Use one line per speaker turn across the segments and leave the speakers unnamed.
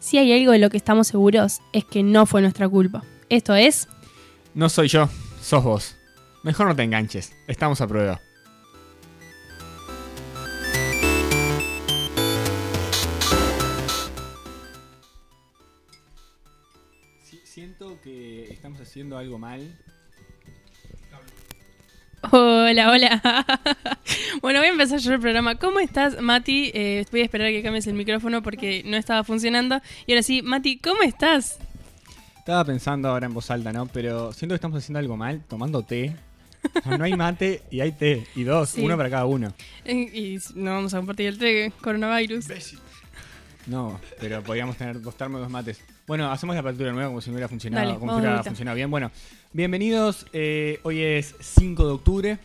Si hay algo de lo que estamos seguros es que no fue nuestra culpa. Esto es,
No soy yo, sos vos. Mejor no te enganches, estamos a prueba. Siento que estamos haciendo algo mal.
hola, hola. bueno, voy a empezar yo el programa. ¿Cómo estás, Mati? Eh, voy a esperar a que cambies el micrófono porque no estaba funcionando. Y ahora sí, Mati, ¿cómo estás?
Estaba pensando ahora en voz alta, ¿no? Pero siento que estamos haciendo algo mal tomando té. O sea, No hay mate y hay té. Y dos,
Sí.
uno para cada uno.
Eh, Y no vamos a compartir el té, coronavirus.
No, pero podríamos tener dos termos y dos mates. Bueno, hacemos la apertura nueva como si no hubiera funcionado,
Dale,
como si
vamos de
hubiera
vuelta.
funcionado bien. Bueno, bienvenidos. eh, hoy es 5 de octubre,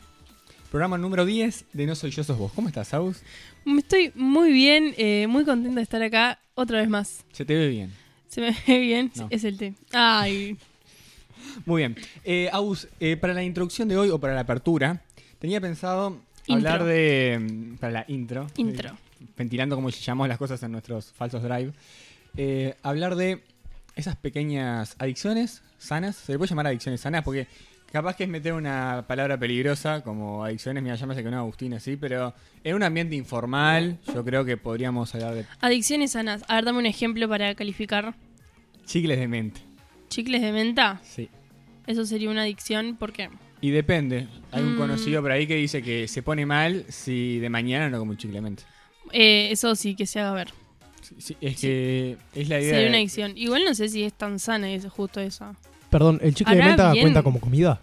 programa número 10 de No Soy Yo, Sos Vos. ¿Cómo estás, Agus?
Estoy muy bien, eh, muy contenta de estar acá otra vez más.
Se te ve bien.
¿Se me ve bien? Sí,
No.
es el té. Ay,
Muy bien. Eh, Agus, eh, para la introducción de hoy o para la apertura, tenía pensado
Intro.
hablar de... mm, Para la intro.
Intro.
Eh, ventilando como llamamos las cosas en nuestros falsos drive. Eh, hablar de esas pequeñas adicciones sanas. ¿Se le puede llamar adicciones sanas? Porque capaz que es meter una palabra peligrosa como adicciones. Mira, llámese que no, Agustín, así. Pero en un ambiente informal yo creo que podríamos hablar de
adicciones sanas. A ver, dame un ejemplo para calificar.
chicles de mente.
Chicles de menta,
Sí.
eso sería una adicción porque...
Y depende. Hay un
Mm.
conocido por ahí que dice que se pone mal si de mañana no como un chicle de menta.
Eh, eso sí, que se haga ver.
Sí, sí, es que es la idea.
Sería una
de-
adicción. Igual no sé si es tan sana eso, justo eso.
Perdón, ¿el chicle de
Hará
menta
Ah, bien.
cuenta como comida?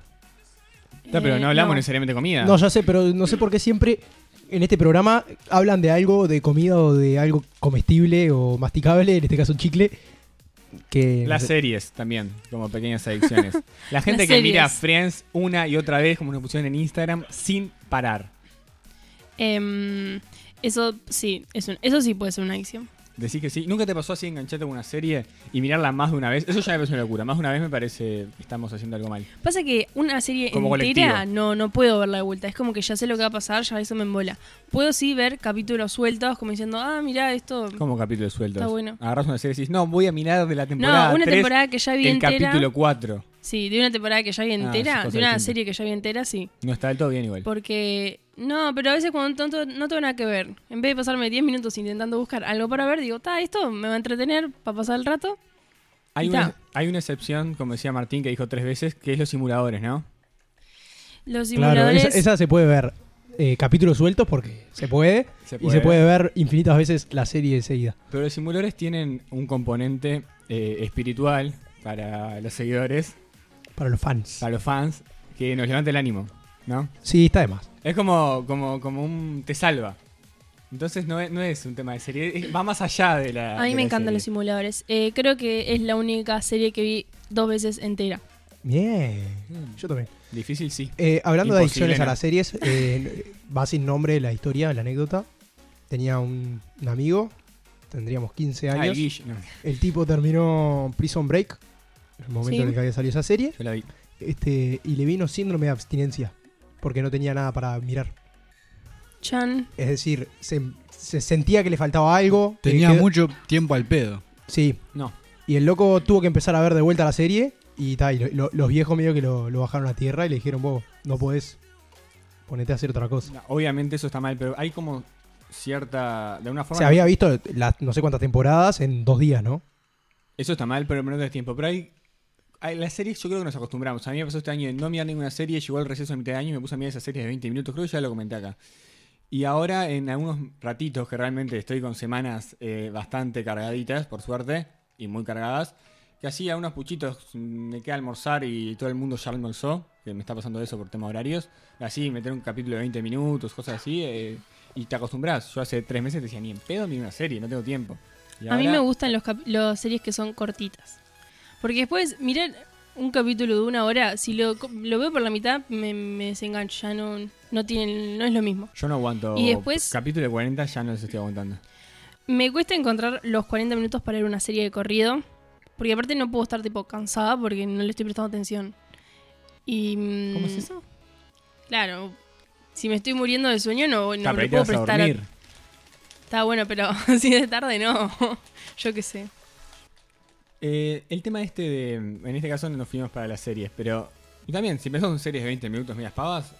Está, pero
Eh,
no hablamos necesariamente de comida.
No, ya sé, pero no sé por qué siempre en este programa hablan de algo de comida o de algo comestible o masticable, en este caso un chicle. Que,
Las
no sé.
series también, como pequeñas adicciones. La gente
Las
que mira
series.
Friends una y otra vez, como nos pusieron en Instagram, sin parar.
em, eso sí, es un- eso sí puede ser una adicción.
Decís que sí. ¿Nunca te pasó así engancharte con una serie y mirarla más de una vez? Eso ya me parece una locura. Más de una vez me parece que estamos haciendo algo mal.
Pasa que una serie
Como
entera
colectivo.
no, no puedo verla de vuelta. Es como que ya sé lo que va a pasar, ya eso me embola. Puedo sí ver capítulos sueltos como diciendo, ah, mira esto...
Como capítulo suelto.
Está bueno.
Agarras una serie y decís, no, voy a mirar de la temporada.
No, una
3,
temporada que ya vi
el
entera.
capítulo Ah, 4.
Sí, de una temporada que ya vi
esas
entera,
cosas
de una
distintas.
serie que ya vi entera, sí.
No está del todo bien igual.
Porque, no, pero a veces cuando tonto no tengo nada que ver. En vez de pasarme 10 minutos intentando buscar algo para ver, digo, ta, esto me va a entretener para pasar el rato.
Hay
Y
una,
ta.
hay una excepción, como decía Martín, que dijo tres veces, que es los simuladores, ¿no?
Los
Claro,
simuladores.
esa, esa se puede ver eh, capítulos sueltos porque se puede,
Se
Y
puede.
se puede ver infinitas veces la serie seguida.
Pero los simuladores tienen un componente eh, espiritual para los seguidores,
Para los fans.
para los fans, que nos levanta el ánimo, ¿no?
Sí, está de más.
Es como, como, como un te salva. Entonces no es, no es un tema de serie, es- va más allá de la.
A mí
de
me
la
encantan los
serie.
simuladores. Eh, creo que es la única serie que vi dos veces entera. Mm.
Bien. Yo también.
Difícil, sí.
Eh, hablando de
Imposible,
adicciones a
¿no?
las series, eh, va sin nombre la historia, la anécdota. Tenía un, un amigo, tendríamos 15
Ay,
años.
Ah, Guille, no,
El tipo terminó Prison Break, en el momento
Sí.
en el que había salido esa serie,
yo la vi.
este, y le vino síndrome de abstinencia, porque no tenía nada para mirar.
Chan.
Es decir, se, se sentía que le faltaba algo. eh, que
Tenía
quedó-
mucho tiempo al pedo.
Sí,
No.
y el loco tuvo que empezar a ver de vuelta la serie, y, ta, y lo- lo- los viejos medio que lo, lo bajaron a tierra y le dijeron, vos, no podés, ponete a hacer otra cosa.
No, Obviamente eso está mal, pero hay como cierta. De una forma.
Se había visto las no sé cuántas temporadas en dos días, ¿no?
Eso está mal, pero no es tiempo. Pero hay, hay las series, yo creo que nos acostumbramos. A mí me pasó este año de no mirar ninguna serie, llegó el receso a mitad de año y me puse a mirar esa serie de 20 minutos, creo que ya lo comenté acá. Y ahora en algunos ratitos que realmente estoy con semanas eh, bastante cargaditas, por suerte, y muy cargadas, que así a unos puchitos mm, me queda almorzar y todo el mundo ya almorzó, que me está pasando eso por tema horarios, así meter un capítulo de 20 minutos, cosas así, eh, y te acostumbras. Yo hace tres meses decía, ni en pedo ni una serie, no tengo tiempo. Y
A mí
ahora-
me gustan los, cap- los series que son cortitas. Porque después, mirar un capítulo de una hora, si lo, co- lo veo por la mitad, me, me desengancha. Ya no, no, tienen, no es lo mismo.
Yo no aguanto.
Y después-
Capítulo 40 ya no los estoy aguantando.
Me cuesta encontrar los 40 minutos para ver una serie de corrido. Porque aparte no puedo estar tipo cansada porque no le estoy prestando atención. Y, mm,
¿Cómo es eso?
Claro, si me estoy muriendo de sueño no, no
Ah, pero
le
ahí te
puedo
vas a
prestar. a-
dormir.
Está bueno, pero si de tarde no. Yo qué sé.
Eh, el tema este de. En este caso no nos fuimos para las series, pero. y también, si pensamos en series de 20 minutos, medias pavas,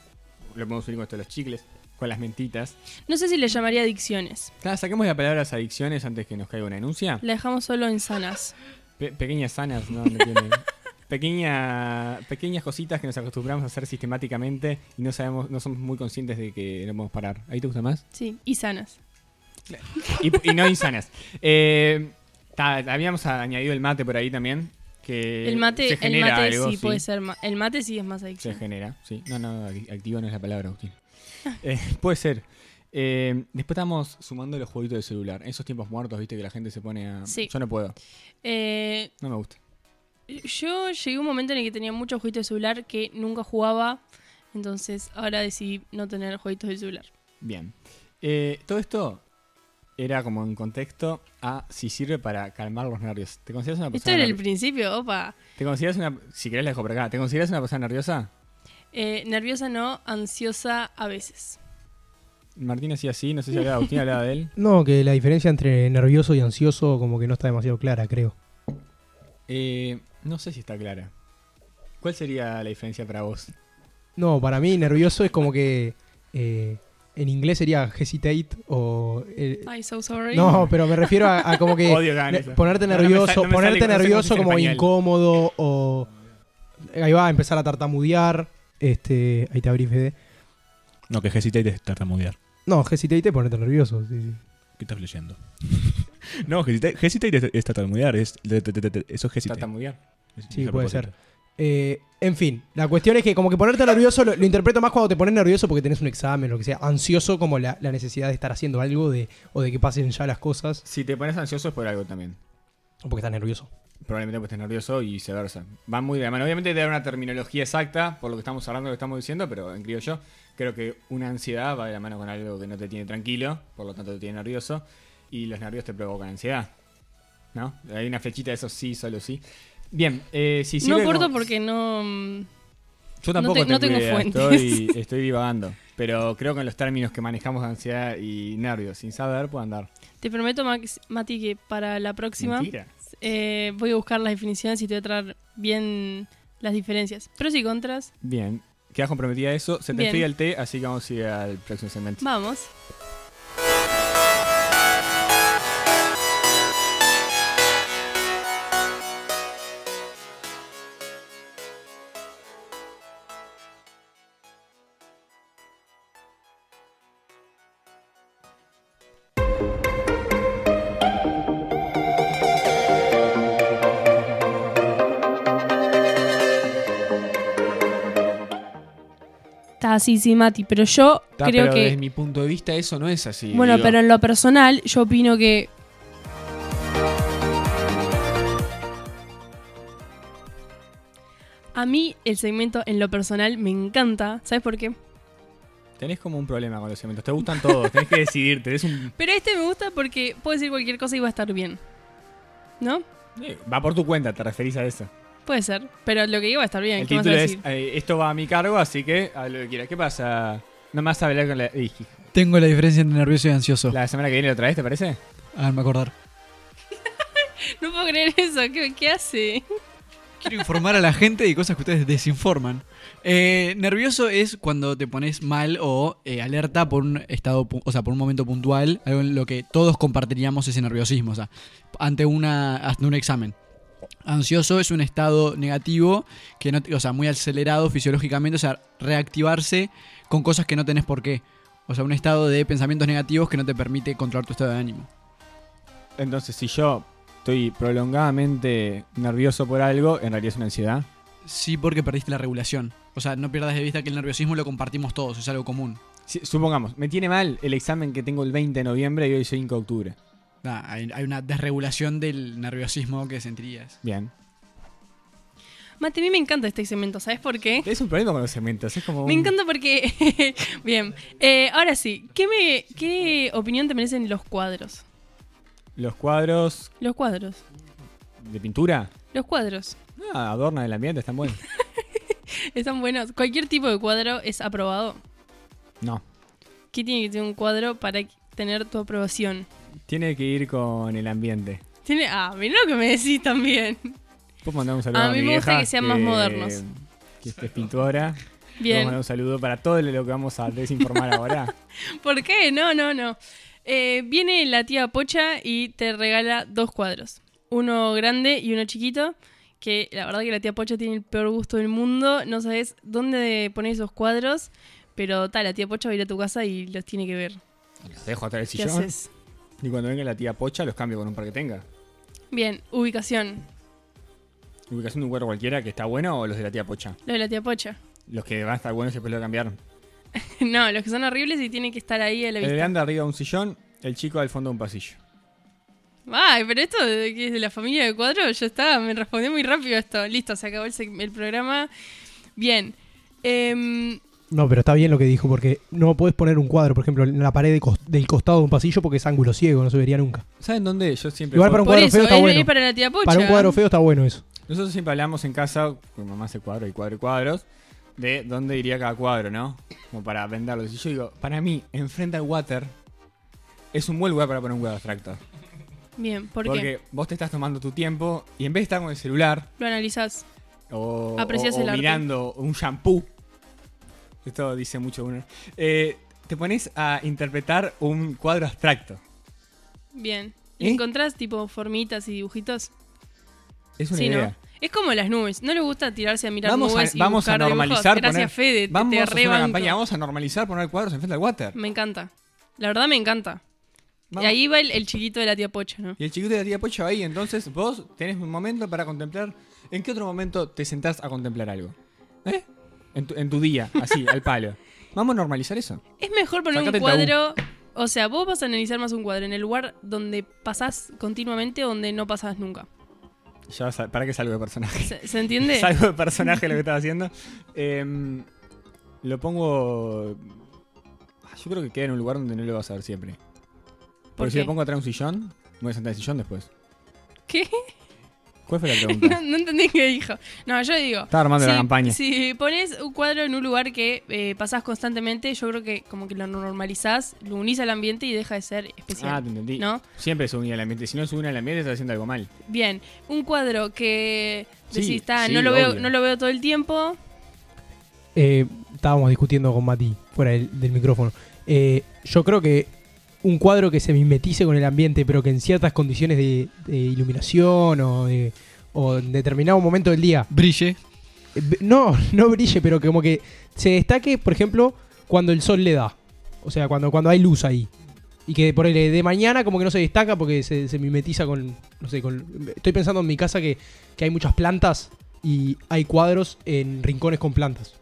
lo podemos unir con esto de los chicles, con las mentitas.
No sé si le llamaría adicciones.
Claro, saquemos la palabra las adicciones antes que nos caiga una denuncia.
La dejamos solo en sanas.
Pe- pequeñas sanas, no, no tiene- Pequeña, pequeñas cositas que nos acostumbramos a hacer sistemáticamente y no sabemos, no somos muy conscientes de que no podemos parar. ¿Ahí te gusta más?
Sí, y sanas.
Y, y no insanas. Eh, ta- habíamos añadido el mate por ahí también. Que
el
Eh, se
mate, el
genera
mate
algo,
sí, puede ser ma- El mate sí es más adicción.
Se genera, sí. No, no, ac- activa no es la palabra, Agustín.
Ah.
Eh, puede ser. Eh, después estamos sumando los jueguitos de celular. En esos tiempos muertos, viste, que la gente se pone a.
Sí.
Yo no puedo,
Eh,
no me gusta.
yo llegué a un momento en el que tenía muchos jueguitos de celular que nunca jugaba. Entonces ahora decidí no tener jueguitos de celular.
Bien. Eh, todo esto era como en contexto a si sirve para calmar los nervios. ¿Te consideras una
Esto
persona
era el
nervi-
principio, opa.
¿Te consideras una. Si querés la dejo por acá. ¿Te consideras una persona nerviosa?
Eh, nerviosa no, ansiosa a veces.
Martín hacía así, no sé si hablaba Agustín hablaba de él.
No, que la diferencia entre nervioso y ansioso como que no está demasiado clara, creo.
Eh, no sé si está clara. ¿Cuál sería la diferencia para vos?
No, para mí nervioso es como que eh, en inglés sería hesitate o... eh,
I'm so sorry.
no, pero me refiero a, a como que
Odio ganar
ne-
eso.
ponerte
No, no me
nervioso,
sa- no me sale, no sé
ponerte
cómo se dice
nervioso
en
como
español.
incómodo o... Ahí va, empezar a tartamudear. Este, ahí te abrís, Fede.
No, que hesite y te tartamudear.
No, hesitate, ponerte nervioso. sí, sí.
¿Qué estás leyendo? no, hesite hesite y te es tartamudear. Es, te- te- te- te- eso es hesite.
Tartamudear.
Es-
Sí,
es a
puede
propósito.
Eh, en fin, la cuestión es que como que ponerte nervioso, lo, lo interpreto más cuando te pones nervioso porque tenés un examen, lo que sea, ansioso como la, la necesidad de estar haciendo algo de, o de que pasen ya las cosas,
Si te pones ansioso es por algo también.
o porque estás nervioso.
Probablemente porque estés nervioso y viceversa. Van muy de la mano. Obviamente debe haber una terminología exacta por lo que estamos hablando, lo que estamos diciendo, pero en criollo creo que una ansiedad va de la mano con algo que no te tiene tranquilo, por lo tanto te tiene nervioso, y los nervios te provocan ansiedad. ¿No? Hay una flechita de eso sí, solo sí. Bien, eh, si
no
sirve
aporto
como-
porque no. mm,
Yo tampoco
te- no
tengo
tengo
idea,
fuentes.
Estoy, estoy divagando. Pero creo que en los términos que manejamos de ansiedad y nervios, sin saber, puedo andar.
Te prometo, Max- Mati, que para la próxima
Mentira.
eh, voy a buscar las definiciones y te voy a traer bien las diferencias. Pros y contras.
Bien. Quedas comprometida a eso. Se te
Bien.
enfría el té, así que vamos a ir al próximo segmento.
Vamos. Está así, sí, Mati, pero yo
Ta,
creo
pero
que.
desde mi punto de vista eso no es así.
Bueno,
digo.
pero en lo personal, yo opino que. A mí el segmento en lo personal me encanta. ¿Sabes por qué?
Tenés como un problema con los segmentos. Te gustan todos. Tenés que decidirte. Es un...
Pero este me gusta porque puedo decir cualquier cosa y va a estar bien. ¿No?
eh, Va por tu cuenta, te referís a eso.
Puede ser. Pero lo que digo va a estar bien.
el
¿Qué más
título
voy a
es
decir?
eh, Esto va a mi cargo, así que a lo que quieras. ¿Qué pasa? No me vas a hablar con la... Ey, hijo.
Tengo la diferencia entre nervioso y ansioso.
La semana que viene otra vez, ¿te parece?
A ver, me acordar.
No puedo creer eso. ¿Qué, qué hace?
Quiero informar a la gente de cosas que ustedes desinforman. Eh, nervioso es cuando te pones mal o eh, alerta por un estado, pu- o sea, por un momento puntual, algo en lo que todos compartiríamos ese nerviosismo, o sea, ante una ante un examen. Ansioso es un estado negativo que no, te- o sea, muy acelerado fisiológicamente, o sea, reactivarse con cosas que no tenés por qué. O sea, un estado de pensamientos negativos que no te permite controlar tu estado de ánimo.
Entonces, si yo estoy prolongadamente nervioso por algo, en realidad es una ansiedad.
Sí, porque perdiste la regulación. O sea, no pierdas de vista que el nerviosismo lo compartimos todos, es algo común.
Si- supongamos, me tiene mal el examen que tengo el 20 de noviembre y hoy 5 de octubre.
Nah, Ah, hay, hay una desregulación del nerviosismo que sentirías.
Bien.
Mate, a mí me encanta este segmento. ¿Sabes por qué?
Es un problema con los segmentos. Es como
Me
un-
encanta porque. bien. Eh, ahora sí. ¿qué, me, ¿Qué opinión te merecen los cuadros?
los cuadros
Los cuadros.
de pintura.
Los cuadros
Ah, adornan el ambiente, están buenos.
están buenos. Cualquier tipo de cuadro es aprobado.
No.
¿Qué tiene que tener un cuadro para tener tu aprobación?
Tiene que ir con el ambiente.
Tiene, ah, mirá lo que me decís también.
Puedo mandar un saludo
A
a,
mí
mi
me gusta
vieja,
que sean más modernos.
Que es pintora. Puedo mandar
Bien.
un saludo para todo lo que vamos a desinformar ahora.
¿Por qué? No, no, no. Eh, viene la tía Pocha y te regala dos cuadros. Uno grande y uno chiquito. Que la verdad que la tía Pocha tiene el peor gusto del mundo. No sabes dónde poner esos cuadros. Pero tal, la tía Pocha va a ir a tu casa y los tiene que ver.
Los dejo atrás del
¿Qué
sillón.
haces?
Y cuando venga la tía Pocha, los cambio con un par que tenga.
Bien, ubicación.
Ubicación de un cuadro cualquiera que está bueno o los de la tía Pocha.
Lo de la tía Pocha.
Los que van a estar buenos después lo voy a cambiar.
no, los que son horribles y tienen que estar ahí a la
El
vista.
grande arriba de un sillón, el chico al fondo de un pasillo.
Ay, pero esto de que es de la familia de cuatro, ya está, me respondió muy rápido esto. Listo, se acabó el, seg- el programa. Bien. Em,
No, pero está bien lo que dijo, porque no puedes poner un cuadro, por ejemplo, en la pared de cos- del costado de un pasillo porque es ángulo ciego, no se vería nunca.
¿Saben dónde? Yo siempre.
Igual para un
por
cuadro
eso,
feo está
es-
bueno.
es para la tía Pocha.
Para un cuadro feo está bueno eso.
Nosotros siempre hablamos en casa, mi mamá hace cuadro y cuadro y cuadros, de dónde iría cada cuadro, ¿no? Como para venderlos. Y yo digo, para mí, enfrente al water es un buen lugar para poner un cuadro abstracto.
Bien, ¿por
porque
qué?
vos te estás tomando tu tiempo y en vez de estar con el celular
Lo analizás.
o,
Apreciás
o- o
el arte.
mirando un shampoo, esto dice mucho uno, eh, te pones a interpretar un cuadro abstracto.
Bien. ¿Y
¿Eh?
encontrás tipo formitas y dibujitos?
Es una
sí,
idea.
¿no? Es como las nubes. No le gusta tirarse a mirar
Vamos a-
nubes y
vamos a
buscar dibujos.
normalizar
Gracias,
poner-
Fede. te-
Vamos
te
a hacer una
rebanco.
campaña, vamos a normalizar poner cuadros enfrente al water.
Me encanta. La verdad me encanta.
Vamos.
Y ahí va el, el chiquito de la tía Pocha, ¿no?
Y el chiquito de la tía Pocha va ahí, entonces vos tenés un momento para contemplar. ¿En qué otro momento te sentás a contemplar algo? ¿Eh? En tu, en tu día, así, al palo. Vamos a normalizar eso.
Es mejor poner
Sacate
un
el
cuadro.
tabú.
O sea, vos vas a analizar más un cuadro en el lugar donde pasás continuamente o donde no pasás nunca.
Ya, sa- ¿para qué salgo de personaje?
¿Se, se entiende?
Salgo de personaje lo que estaba haciendo. Em, lo pongo. Ah, Yo creo que queda en un lugar donde no lo vas a ver siempre.
¿Por
Porque si
qué?
lo pongo atrás de un sillón, me voy a sentar en el sillón después.
¿Qué?
¿Cuál fue la
No,
pregunta?
no entendí qué dijo. No, yo digo.
Estaba armando la
si-
campaña.
Si pones un cuadro en un lugar que eh, pasás constantemente, yo creo que como que lo normalizás, lo unís al ambiente y deja de ser
Ah,
especial.
te entendí.
¿no?
Siempre se unía al ambiente. Si no se une al ambiente, estás haciendo algo mal.
Bien. Un cuadro que
Sí,
decís, "Ta,
sí,
no, lo veo,
obvio.
no lo veo todo el tiempo.
Eh, estábamos discutiendo con Mati fuera del, del micrófono. Eh, yo creo que un cuadro que se mimetice con el ambiente, pero que en ciertas condiciones de, de iluminación o, de- o en determinado momento del día,
Brille.
eh, b- no, no brille, pero que como que se destaque, por ejemplo, cuando el sol le da. O sea, cuando, cuando hay luz ahí. Y que por el de mañana como que no se destaca porque se, se mimetiza con, no sé, con... Estoy pensando en mi casa que, que hay muchas plantas y hay cuadros en rincones con plantas.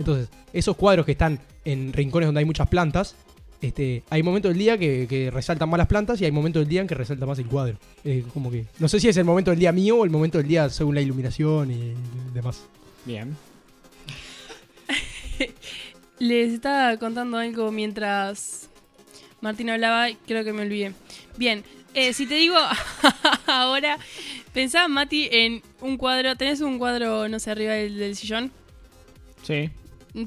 Entonces, esos cuadros que están en rincones donde hay muchas plantas, este, hay momentos del día que, que resaltan más las plantas y hay momentos del día en que resalta más el cuadro. Eh, como que, no sé si es el momento del día mío o el momento del día según la iluminación y demás.
Bien.
Les estaba contando algo mientras Martín hablaba, y creo que me olvidé. Bien, eh, si te digo ahora, pensá, Mati, en un cuadro. ¿Tenés un cuadro, no sé, arriba del, del sillón?
Sí.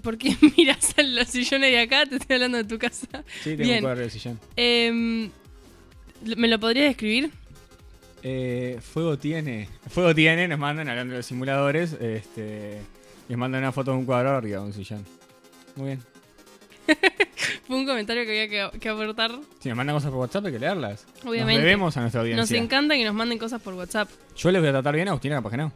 ¿Por qué mirás a los sillones de acá? Te estoy hablando de tu casa.
Sí, tengo
Bien.
un cuadro de sillón.
Em, ¿Me lo podrías describir?
Eh, fuego tiene. Fuego tiene, nos mandan hablando de los simuladores. Este, les mandan una foto de un cuadro arriba de un sillón. Muy bien.
Fue un comentario que había que, que aportar.
Si nos mandan cosas por WhatsApp, hay que leerlas.
Obviamente.
Nos debemos a nuestra
Nos
audiencia.
encanta que nos manden cosas por WhatsApp.
Yo les voy a tratar bien a Agustina, capaz que no.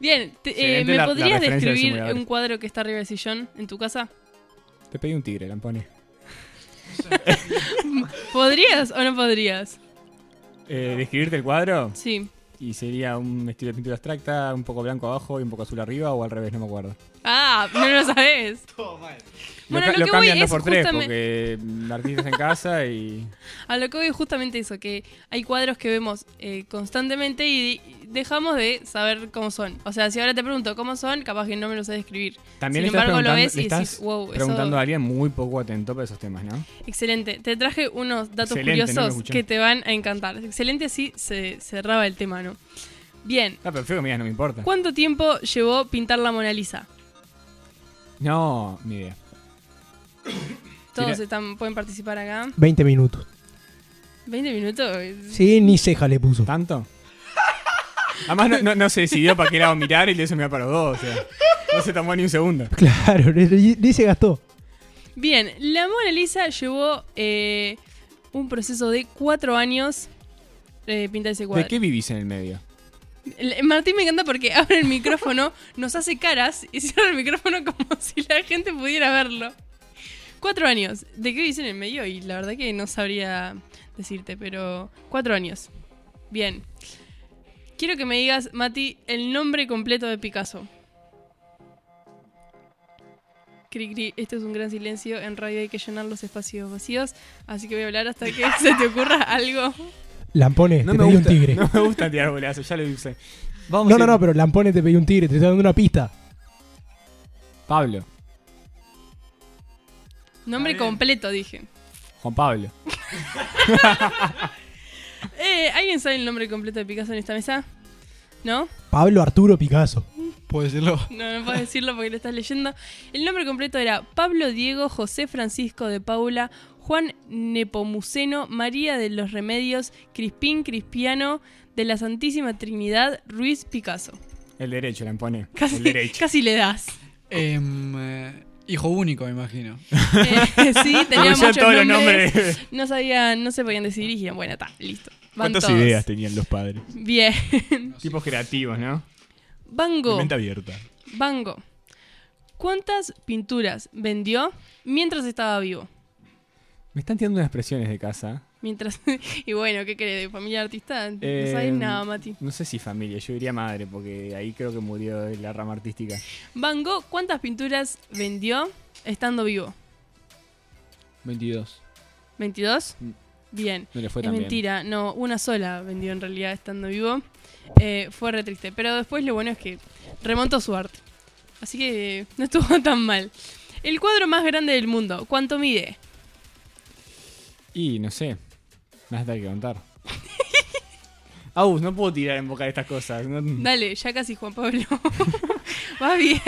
Bien, te- eh,
Excelente
¿me
la- la
podrías
referencia del
describir
simulador.
un cuadro que está arriba del sillón en tu casa?
Te pedí un tigre, Lampone.
¿Podrías o no podrías?
Eh, describirte el cuadro
Sí.
y sería un estilo de pintura abstracta, un poco blanco abajo y un poco azul arriba o al revés, no me acuerdo.
Ah, no lo sabes. Bueno,
lo,
lo
ca- lo
que voy
cambian
es
dos por tres
justamente-
porque mm, artistas en casa y.
A lo que voy es justamente eso, que hay cuadros que vemos eh, constantemente y y dejamos de saber cómo son. O sea, si ahora te pregunto cómo son, capaz que no me lo sé describir.
También
Sin
le estás
embargo, lo
preguntando-
ves
le
y
estás
decís, wow,
preguntando
eso...
a alguien muy poco atento para esos temas, ¿no?
Excelente. Te traje unos datos
Excelente, no lo
curiosos
escuché.
que te van a encantar. Excelente, así se cerraba el tema, ¿no? Bien.
Ah, pero feo que me digas, no me importa.
¿Cuánto tiempo llevó pintar la Mona Lisa?
No, ni idea.
Todos
Mira.
están, pueden participar acá.
20 minutos.
¿20 minutos? es-
Sí, ni ceja le puso.
¿Tanto? Además, no, no- no se decidió para qué lado mirar y le hizo mirar para los dos. O sea, no se tomó ni un segundo.
Claro, ni ni se gastó.
Bien, la Mona Lisa llevó eh, un proceso de cuatro años. Eh, pinta ese
¿De
cuadro.
qué vivís en el medio?
El- Martín me encanta porque abre el micrófono, nos hace caras y cierra el micrófono como si la gente pudiera verlo. Cuatro años. ¿De qué dicen en el medio? Y la verdad que no sabría decirte, pero cuatro años. Bien. Quiero que me digas, Mati, el nombre completo de Picasso. Cri, cri, esto es un gran silencio. En radio hay que llenar los espacios vacíos. Así que voy a hablar hasta que se te ocurra algo.
Lampone,
No me,
Este, te pedí un
gusta,
tigre.
no me gusta tirar bolazos, ya lo hice.
Vamos
No,
a-
no, no, pero Lampone te pedí un tigre, te estoy dando una pista.
Pablo,
Nombre
Está bien.
completo, dije.
Juan Pablo.
Eh, ¿Alguien sabe el nombre completo de Picasso en esta mesa? ¿No?
Pablo Arturo Picasso.
Puedo decirlo.
No, no puedo decirlo porque lo estás leyendo. El nombre completo era Pablo Diego José Francisco de Paula Juan Nepomuceno María de los Remedios Crispín Crispiano de la Santísima Trinidad Ruiz Picasso.
El derecho, la impone. El
Casi,
derecho.
casi le das.
Em, eh, hijo único, me imagino.
Eh, sí, tenía
Pusieron
muchos
todos los
nombres.
nombres.
No sabían, no se podían decidir y dijeron, bueno, está, listo. Van
¿Cuántas
todos.
ideas tenían los padres?
Bien.
Tipos creativos, ¿no?
Van
De
Gogh.
Mente abierta.
Van Gogh. ¿Cuántas pinturas vendió mientras estaba vivo?
Me están tirando unas presiones de casa.
Mientras y bueno, ¿qué crees? ¿De familia de artista? No
Eh,
sabes nada, Mati.
No sé si familia, yo diría madre, porque ahí creo que murió la rama artística.
Van Gogh, ¿cuántas pinturas vendió estando vivo?
22.
¿22?
Mm.
Bien.
No le fue
es
tan bien.
mentira, no, una sola vendió en realidad estando vivo. Eh, fue re triste, pero después lo bueno es que remontó su arte. Así que eh, no estuvo tan mal. El cuadro más grande del mundo, ¿cuánto mide?
Y no sé, nada que contar. Agus, no puedo tirar en boca de estas cosas. no-
Dale, ya casi Juan Pablo. Va bien.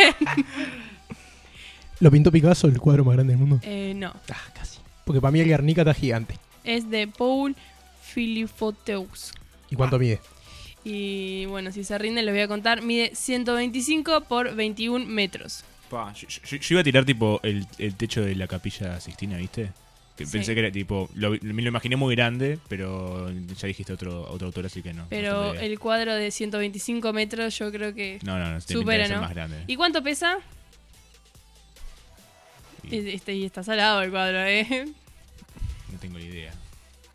Lo pintó Picasso, el cuadro más grande del mundo.
Eh, no.
Ah, casi. Porque para mí el Guernica está gigante.
Es de Paul Filifoteus.
¿Y cuánto mide?
Y bueno, si se rinden les voy a contar. Mide 125 por 21 metros.
Pa, Ah, yo, yo- yo iba a tirar tipo el, el techo de la capilla Sixtina, ¿viste? Que
Sí.
Pensé que era tipo, lo, me lo imaginé muy grande, pero ya dijiste otro, otro autor, así que no. no
Pero
tengo idea.
el cuadro de 125 metros yo creo que...
No, no, no, tiene pinta
supera,
de ser
¿no?
más grande.
¿Y cuánto pesa?
Y-
Es- Este, y está salado el cuadro, ¿eh?
No tengo ni idea.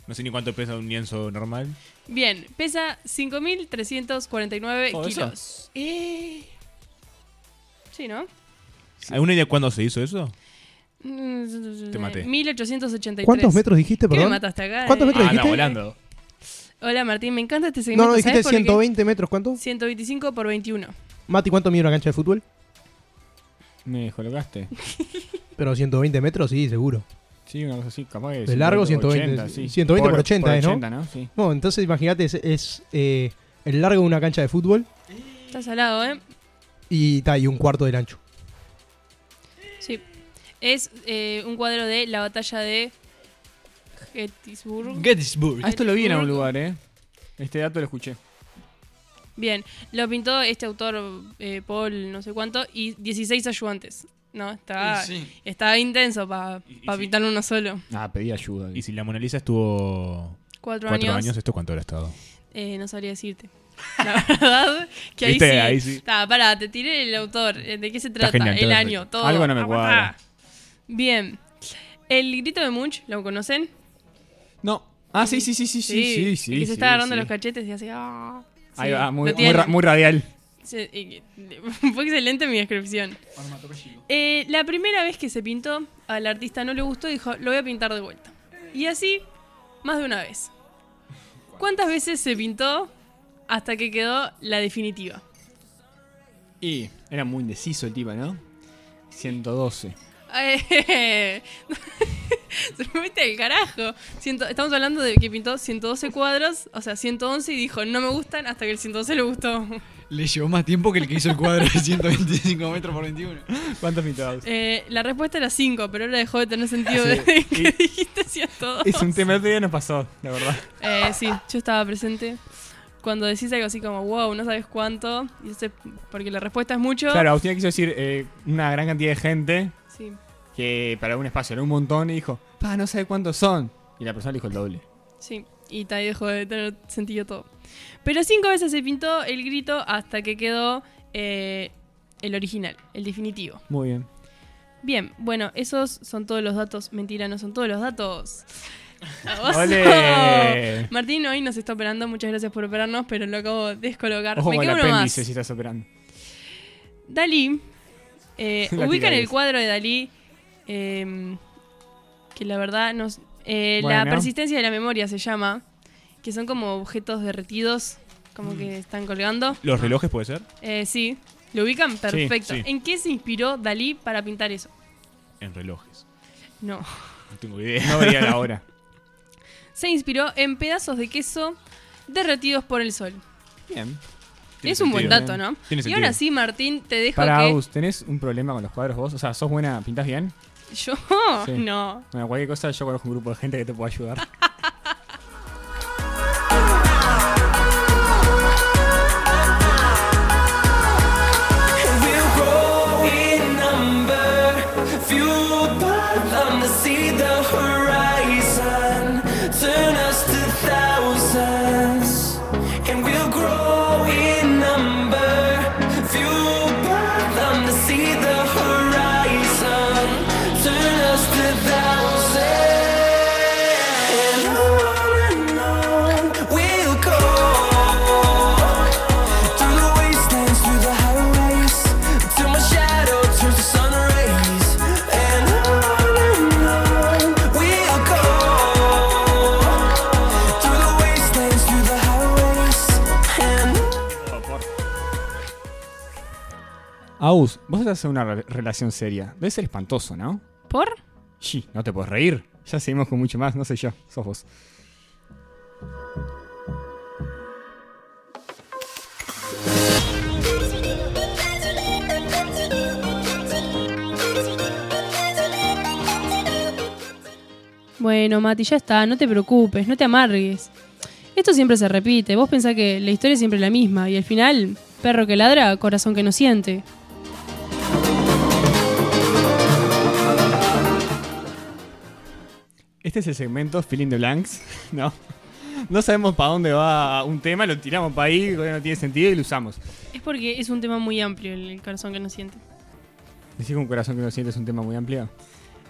No sé ni cuánto pesa un lienzo normal.
Bien, pesa 5.349
Oh,
¿Todo eso?
kilos.
Eh.
Sí, ¿no?
¿Alguna idea cuándo se hizo eso?
Te
maté.
1883.
¿Cuántos metros dijiste,
¿Qué me
perdón?
mataste acá?
¿Cuántos
eh?
metros
Ah, anda
dijiste?
volando.
Hola Martín, me encanta este segmento.
No, no, dijiste
¿sabes por qué?
120 metros, ¿cuánto?
125 por 21.
Mati, ¿cuánto mide una cancha de fútbol?
Me colocaste.
Pero 120 metros, sí, seguro.
Sí, una cosa así, capaz que.
De largo, 120, 120 por 80, ¿eh, no?
80, ¿no? Sí.
No, entonces imagínate, es, es, eh, el largo de una cancha de fútbol
Está salado, ¿eh?
y, ta, y un cuarto del ancho.
Sí. Es eh, un cuadro de la batalla de Gettysburg.
Gettysburg.
Ah, esto lo vi en algún lugar, ¿eh? Este dato lo escuché.
Bien, lo pintó este autor, eh, Paul, no sé cuánto, y 16 ayudantes. No, está,
Sí.
está intenso para
Y- y
pa
sí.
pintar uno solo.
Ah, pedí ayuda.
Y si la Mona Lisa estuvo
Cuatro,
cuatro
años.
años, ¿esto cuánto habrá estado?
eh, no sabría decirte. La verdad, que ahí
Viste,
sí.
ahí sí.
Está, pará, te tiré el autor. eh, ¿De qué se trata?
genial,
el
está
año, todo.
Algo no me
Aguantá.
cuadra.
Bien. El grito de Munch, ¿lo conocen?
No. Ah, sí, sí, sí, sí, sí, sí, sí.
el que se
sí,
está agarrando
sí.
los cachetes y hace. "Ah".
Ahí
Sí,
va, muy,
lo
muy, ra-
tienen.
muy radial.
Sí, y- Fue excelente mi descripción. Eh, la primera vez que se pintó, al artista no le gustó y dijo, lo voy a pintar de vuelta. Y así, más de una vez. ¿Cuántas veces se pintó hasta que quedó la definitiva?
Y era muy indeciso el tipo, ¿no? 112.
Eh, se me mete el carajo. Ciento- estamos hablando de que pintó 112 cuadros, o sea, 111 y dijo, no me gustan hasta que el 112 le gustó.
Le llevó más tiempo que el que hizo el cuadro de 125 metros por 21.
¿Cuántos pintados?
Eh, la respuesta era 5, pero ahora dejó de tener sentido
Ah, Sí.
desde que
Y-
dijiste gracias a todos.
Es un tema, el otro día nos pasó, la verdad.
Eh, sí, yo estaba presente. Cuando decís algo así como, wow, no sabes cuánto, y ese- porque la respuesta es mucho.
Claro, Agustina quiso decir eh, una gran cantidad de gente
Sí.
que para un espacio era un montón y dijo, pa, no sabe cuántos son. Y la persona le dijo el doble.
Sí, y ahí dejó de tener sentido todo. Pero cinco veces se pintó el grito hasta que quedó eh, el original, el definitivo.
Muy bien.
Bien, bueno, esos son todos los datos. Mentira, no son todos los datos. Agosto.
¡Ole!
Martín hoy nos está operando, muchas gracias por operarnos, pero lo acabo de descolocar.
Ojo
Me
con el
queda uno más.
apéndice si estás operando.
Dalí, eh,
La
ubican el
tiradez.
cuadro de Dalí, eh, que la verdad nos... eh, La
Bueno.
persistencia de la memoria se llama, que son como objetos derretidos, como que están colgando.
¿Los relojes puede ser?
Eh, sí, lo ubican perfecto.
sí.
¿En qué se inspiró Dalí para pintar eso?
En relojes.
No.
No tengo idea.
No veía la hora.
Se inspiró en pedazos de queso derretidos por el sol.
Bien.
Tiene
es un buen
sentido.
dato, ¿no?
Tiene
Y ahora
sentido.
sí, Martín, te dejo
Para
que...
Agus, ¿tenés un problema con los cuadros vos? O sea, ¿sos buena? ¿Pintás bien?
Yo...
Sí.
No.
Bueno, cualquier cosa, yo conozco un grupo de gente que te puede ayudar.
We'll grow in number, fueled by them to see the horizon. Turn us to thousands, and we'll grow in number, fueled by them to see the horizon. Turn us to thousands, on and on we'll go. Through the wastelands, through the highways, till my shadow turns to sun rays, and on and on we'll go. Through the wastelands, through the highways, and
Agus, vos estás en una re- relación seria. Debe ser espantoso, ¿no?
¿Por?
Sí, no te puedes reír. Ya seguimos con mucho más, no sé yo, sos vos.
Bueno, Mati, ya está, no te preocupes, no te amargues. Esto siempre se repite, vos pensás que la historia es siempre la misma y al final, perro que ladra, corazón que no siente.
Este es el segmento Feeling the Blanks, ¿no? No sabemos para dónde va un tema, lo tiramos para ahí, no tiene sentido y lo usamos.
Es porque es un tema muy amplio el corazón que no siente.
Decir con un corazón que no siente es un tema muy amplio.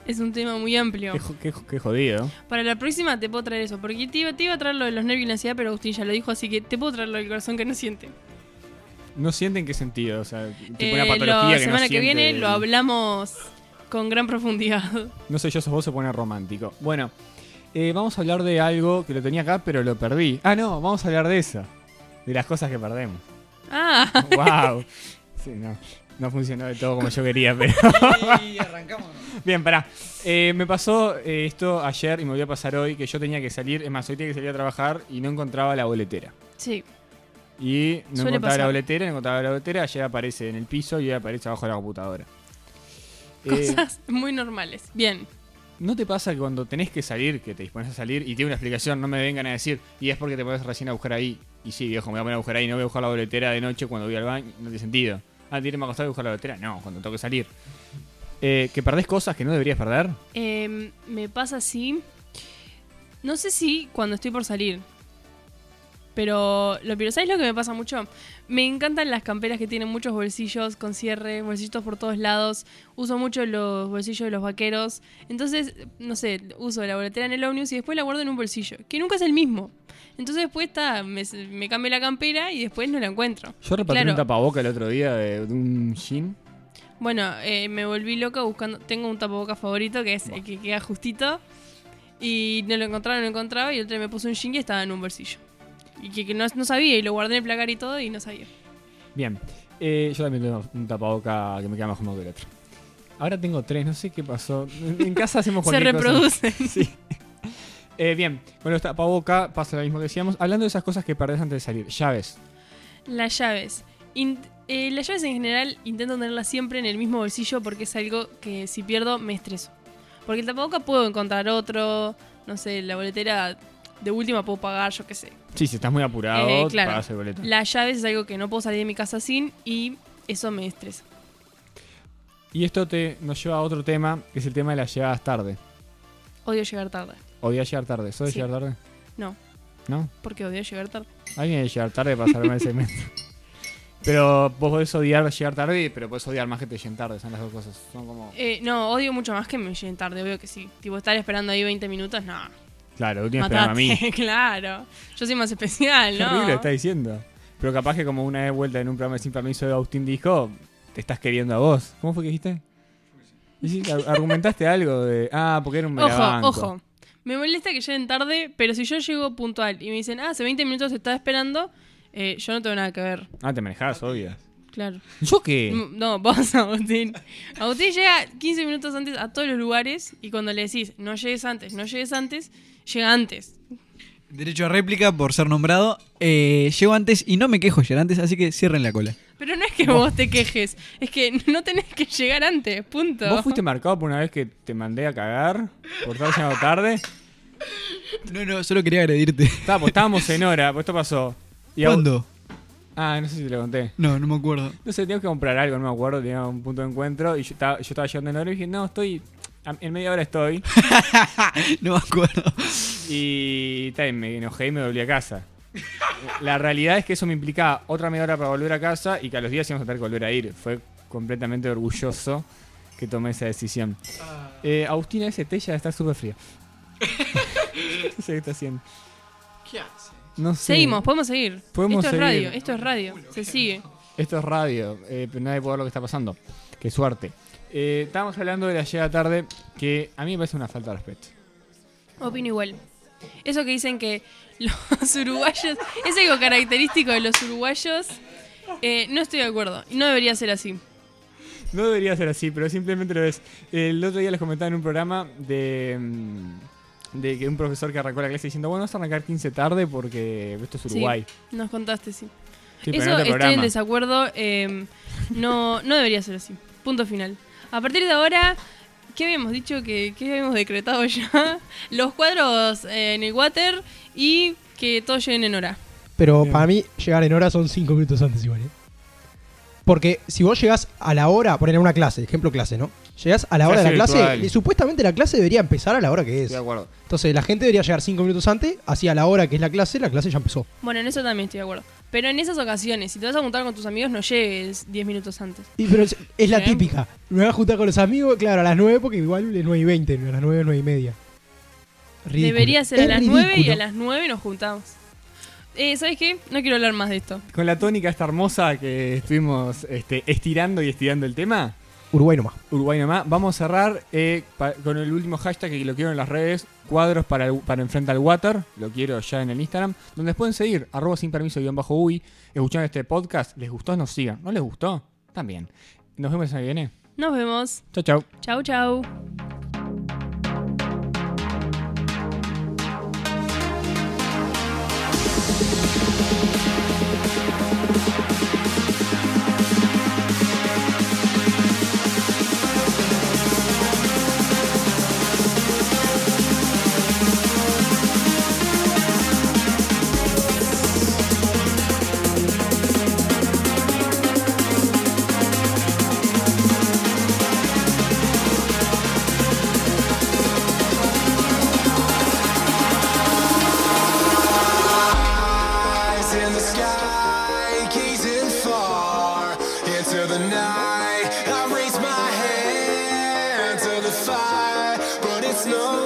Es un tema muy amplio.
Qué, jo- qué jo- qué jodido.
Para la próxima te puedo traer eso, porque te iba, te iba a traer lo de los nervios y la ansiedad, pero Agustín ya lo dijo, así que te puedo traer lo del corazón que no siente.
No siente en qué sentido, o sea, tipo
Eh,
una patología
lo-
que
semana
no
que viene
siente.
lo hablamos con gran profundidad.
No sé yo, sos vos se pone romántico. Bueno, eh, vamos a hablar de algo que lo tenía acá, pero lo perdí. Ah, no, vamos a hablar de eso. De las cosas que perdemos.
Ah,
¡Wow! Sí, no. No funcionó de todo como yo quería, pero.
Y arrancamos.
Bien, pará. Eh, me pasó eh, esto ayer y me volvió a pasar hoy que yo tenía que salir, es más, hoy tenía que salir a trabajar y no encontraba la boletera.
sí.
Y no
Suele
encontraba la
pasar.
boletera, no encontraba la boletera, ayer aparece en el piso y hoy aparece abajo de la computadora. Eh,
Cosas muy normales. Bien.
¿No te pasa que cuando tenés que salir, que te dispones a salir y tiene una explicación, no me vengan a decir, y es porque te pones recién a buscar ahí? Y sí, viejo, me voy a poner a buscar ahí, no voy a buscar la boletera de noche cuando voy al baño, no tiene sentido. Ah, tiene me acostado a buscar la boletera, no, cuando tengo que salir. Eh, que perdés cosas que no deberías perder.
Eh, me pasa así. No sé si cuando estoy por salir. Pero lo pero ¿sabes lo que me pasa mucho? Me encantan las camperas que tienen muchos bolsillos con cierre, bolsillitos por todos lados. Uso mucho los bolsillos de los vaqueros. Entonces, no sé, uso la boletera en el Omnius y después la guardo en un bolsillo, que nunca es el mismo. Entonces después está, me, me cambio la campera y después no la encuentro.
Yo repartí
Claro.
un tapaboca el otro día de, de un jean.
Bueno, eh, me volví loca buscando. Tengo un tapabocas favorito que es el que queda justito. Y no lo encontraba, no lo encontraba. Y el otro día me puso un jean y estaba en un bolsillo. Y que, que no, no sabía. Y lo guardé en el placar y todo. Y no sabía.
Bien, Eh, yo también tengo un tapaboca que me queda más cómodo que el otro. Ahora tengo tres, no sé qué pasó. En, en casa hacemos
Se
cualquier cosa.
reproducen.
Sí. Eh, bien, con los tapaboca pasa lo mismo que decíamos. Hablando de esas cosas que perdés antes de salir, llaves.
Las llaves. In- eh, las llaves en general intento tenerlas siempre en el mismo bolsillo porque es algo que si pierdo me estreso. Porque el tapaboca puedo encontrar otro, no sé, la boletera de última puedo pagar, yo qué sé.
Sí, si estás muy apurado,
Eh, claro.
pagás el boleto.
Las llaves es algo que no puedo salir de mi casa sin y eso me estresa.
Y esto te, nos lleva a otro tema, que es el tema de las llegadas tarde.
Odio llegar tarde.
Odia llegar tarde. ¿Sos de
Sí.
llegar tarde?
No,
¿No?
porque odio llegar tarde.
Alguien de llegar tarde para salvarme el segmento. Pero vos podés odiar llegar tarde, pero podés odiar más que te lleguen tarde. Son las dos cosas. Son como...
Eh, no, odio mucho más que me lleguen tarde, obvio que sí. Tipo, estar esperando ahí 20 minutos, no.
Claro, última esperaba a mí.
Matate, claro. Yo soy más especial,
Qué
¿no?
horrible está diciendo. Pero capaz que como una vez vuelta en un programa de sin permiso de Agustín dijo, te estás queriendo a vos. ¿Cómo fue que dijiste? Y sí, ar- argumentaste algo de, ah, porque era un
Ojo,
megabanco.
ojo. Me molesta que lleguen tarde, pero si yo llego puntual y me dicen, ah, hace 20 minutos te estaba esperando, eh, yo no tengo nada que ver.
Ah, te manejás, obvio.
Claro.
¿Yo qué?
Mm, No, vos, Agustín. Agustín llega 15 minutos antes a todos los lugares y cuando le decís, no llegues antes, no llegues antes, llega antes.
Derecho a réplica por ser nombrado. Eh, llego antes y no me quejo llegar antes, así que cierren la cola.
Pero no es que vos te quejes, es que no tenés que llegar antes, punto.
¿Vos fuiste marcado por una vez que te mandé a cagar por estar llegando tarde?
No, no, solo quería agredirte.
Está, pues estábamos en hora, pues esto pasó. Y Agu-
¿Cuándo?
Ah, no sé si te lo conté.
No, no me acuerdo.
No sé, teníamos que comprar algo, no me acuerdo, teníamos un punto de encuentro y yo estaba, yo estaba llegando en hora y dije, no, estoy, a- en media hora estoy.
No me acuerdo.
Y tal, me enojé y me volví a casa. La realidad es que eso me implicaba otra media hora para volver a casa y que a los días íbamos a tener que volver a ir. Fue completamente orgulloso que tomé esa decisión.
Ah.
Eh, Agustina, ese té ya está súper frío. no sé qué está haciendo.
¿Qué hace?
No sé.
Seguimos, podemos seguir.
Podemos
esto
seguir.
es radio, esto es radio, se sigue.
Esto es radio, eh, pero nadie puede ver lo que está pasando. Qué suerte. Eh, estábamos hablando de la llegada tarde, que a mí me parece una falta de respeto.
Opino igual. Eso que dicen que los uruguayos, es algo característico de los uruguayos, eh, no estoy de acuerdo, no debería ser así.
No debería ser así, pero simplemente lo es. El otro día les comentaba en un programa de, mm, de que un profesor que arrancó la clase diciendo, bueno, vas a arrancar 15 tarde porque esto es
Sí.
Uruguay.
Nos contaste, sí.
Sí, pero en
Eso
otro
estoy en
programa.
desacuerdo. eh, no, no debería ser así. Punto final. A partir de ahora, ¿qué habíamos dicho? que qué habíamos decretado ya? Los cuadros eh, en el water y que todos lleguen en hora.
Pero
Bien.
para mí, llegar en hora son 5 minutos antes igual. ¿eh? Porque si vos llegás a la hora, poner una clase, ejemplo clase, ¿no? Llegás a la hora de la
Clase
clase,
virtual.
y supuestamente la clase debería empezar a la hora que es.
Estoy de acuerdo.
Entonces la gente debería llegar 5 minutos antes, así a la hora que es la clase, la clase ya empezó.
Bueno, en eso también estoy de acuerdo. Pero en esas ocasiones, si te vas a juntar con tus amigos, no llegues 10 minutos antes.
Y, pero es, es la
Bien.
típica. Me voy a juntar con los amigos, claro, a las 9 porque igual es 9 y 20, a las 9, 9 y media. Ridículo.
Debería ser a
Es
las 9 y
ridículo.
a las 9 nos juntamos. Eh, ¿Sabes qué? No quiero hablar más de esto.
Con la tónica esta hermosa que estuvimos este, estirando y estirando el tema,
Uruguay nomás.
Uruguay nomás, vamos a cerrar eh, pa- con el último hashtag que lo quiero en las redes, cuadros para, el- para enfrente al water, lo quiero ya en el Instagram, donde nos pueden seguir, arroba sin permiso guión bajo uy, escucharon este podcast, les gustó, nos sigan, no les gustó, también. Nos vemos en el que viene.
Nos vemos.
Chao, chao.
Chau, chau.
Eyes in the sky, gazing far into the night. I raise my hand to the fire, but it's no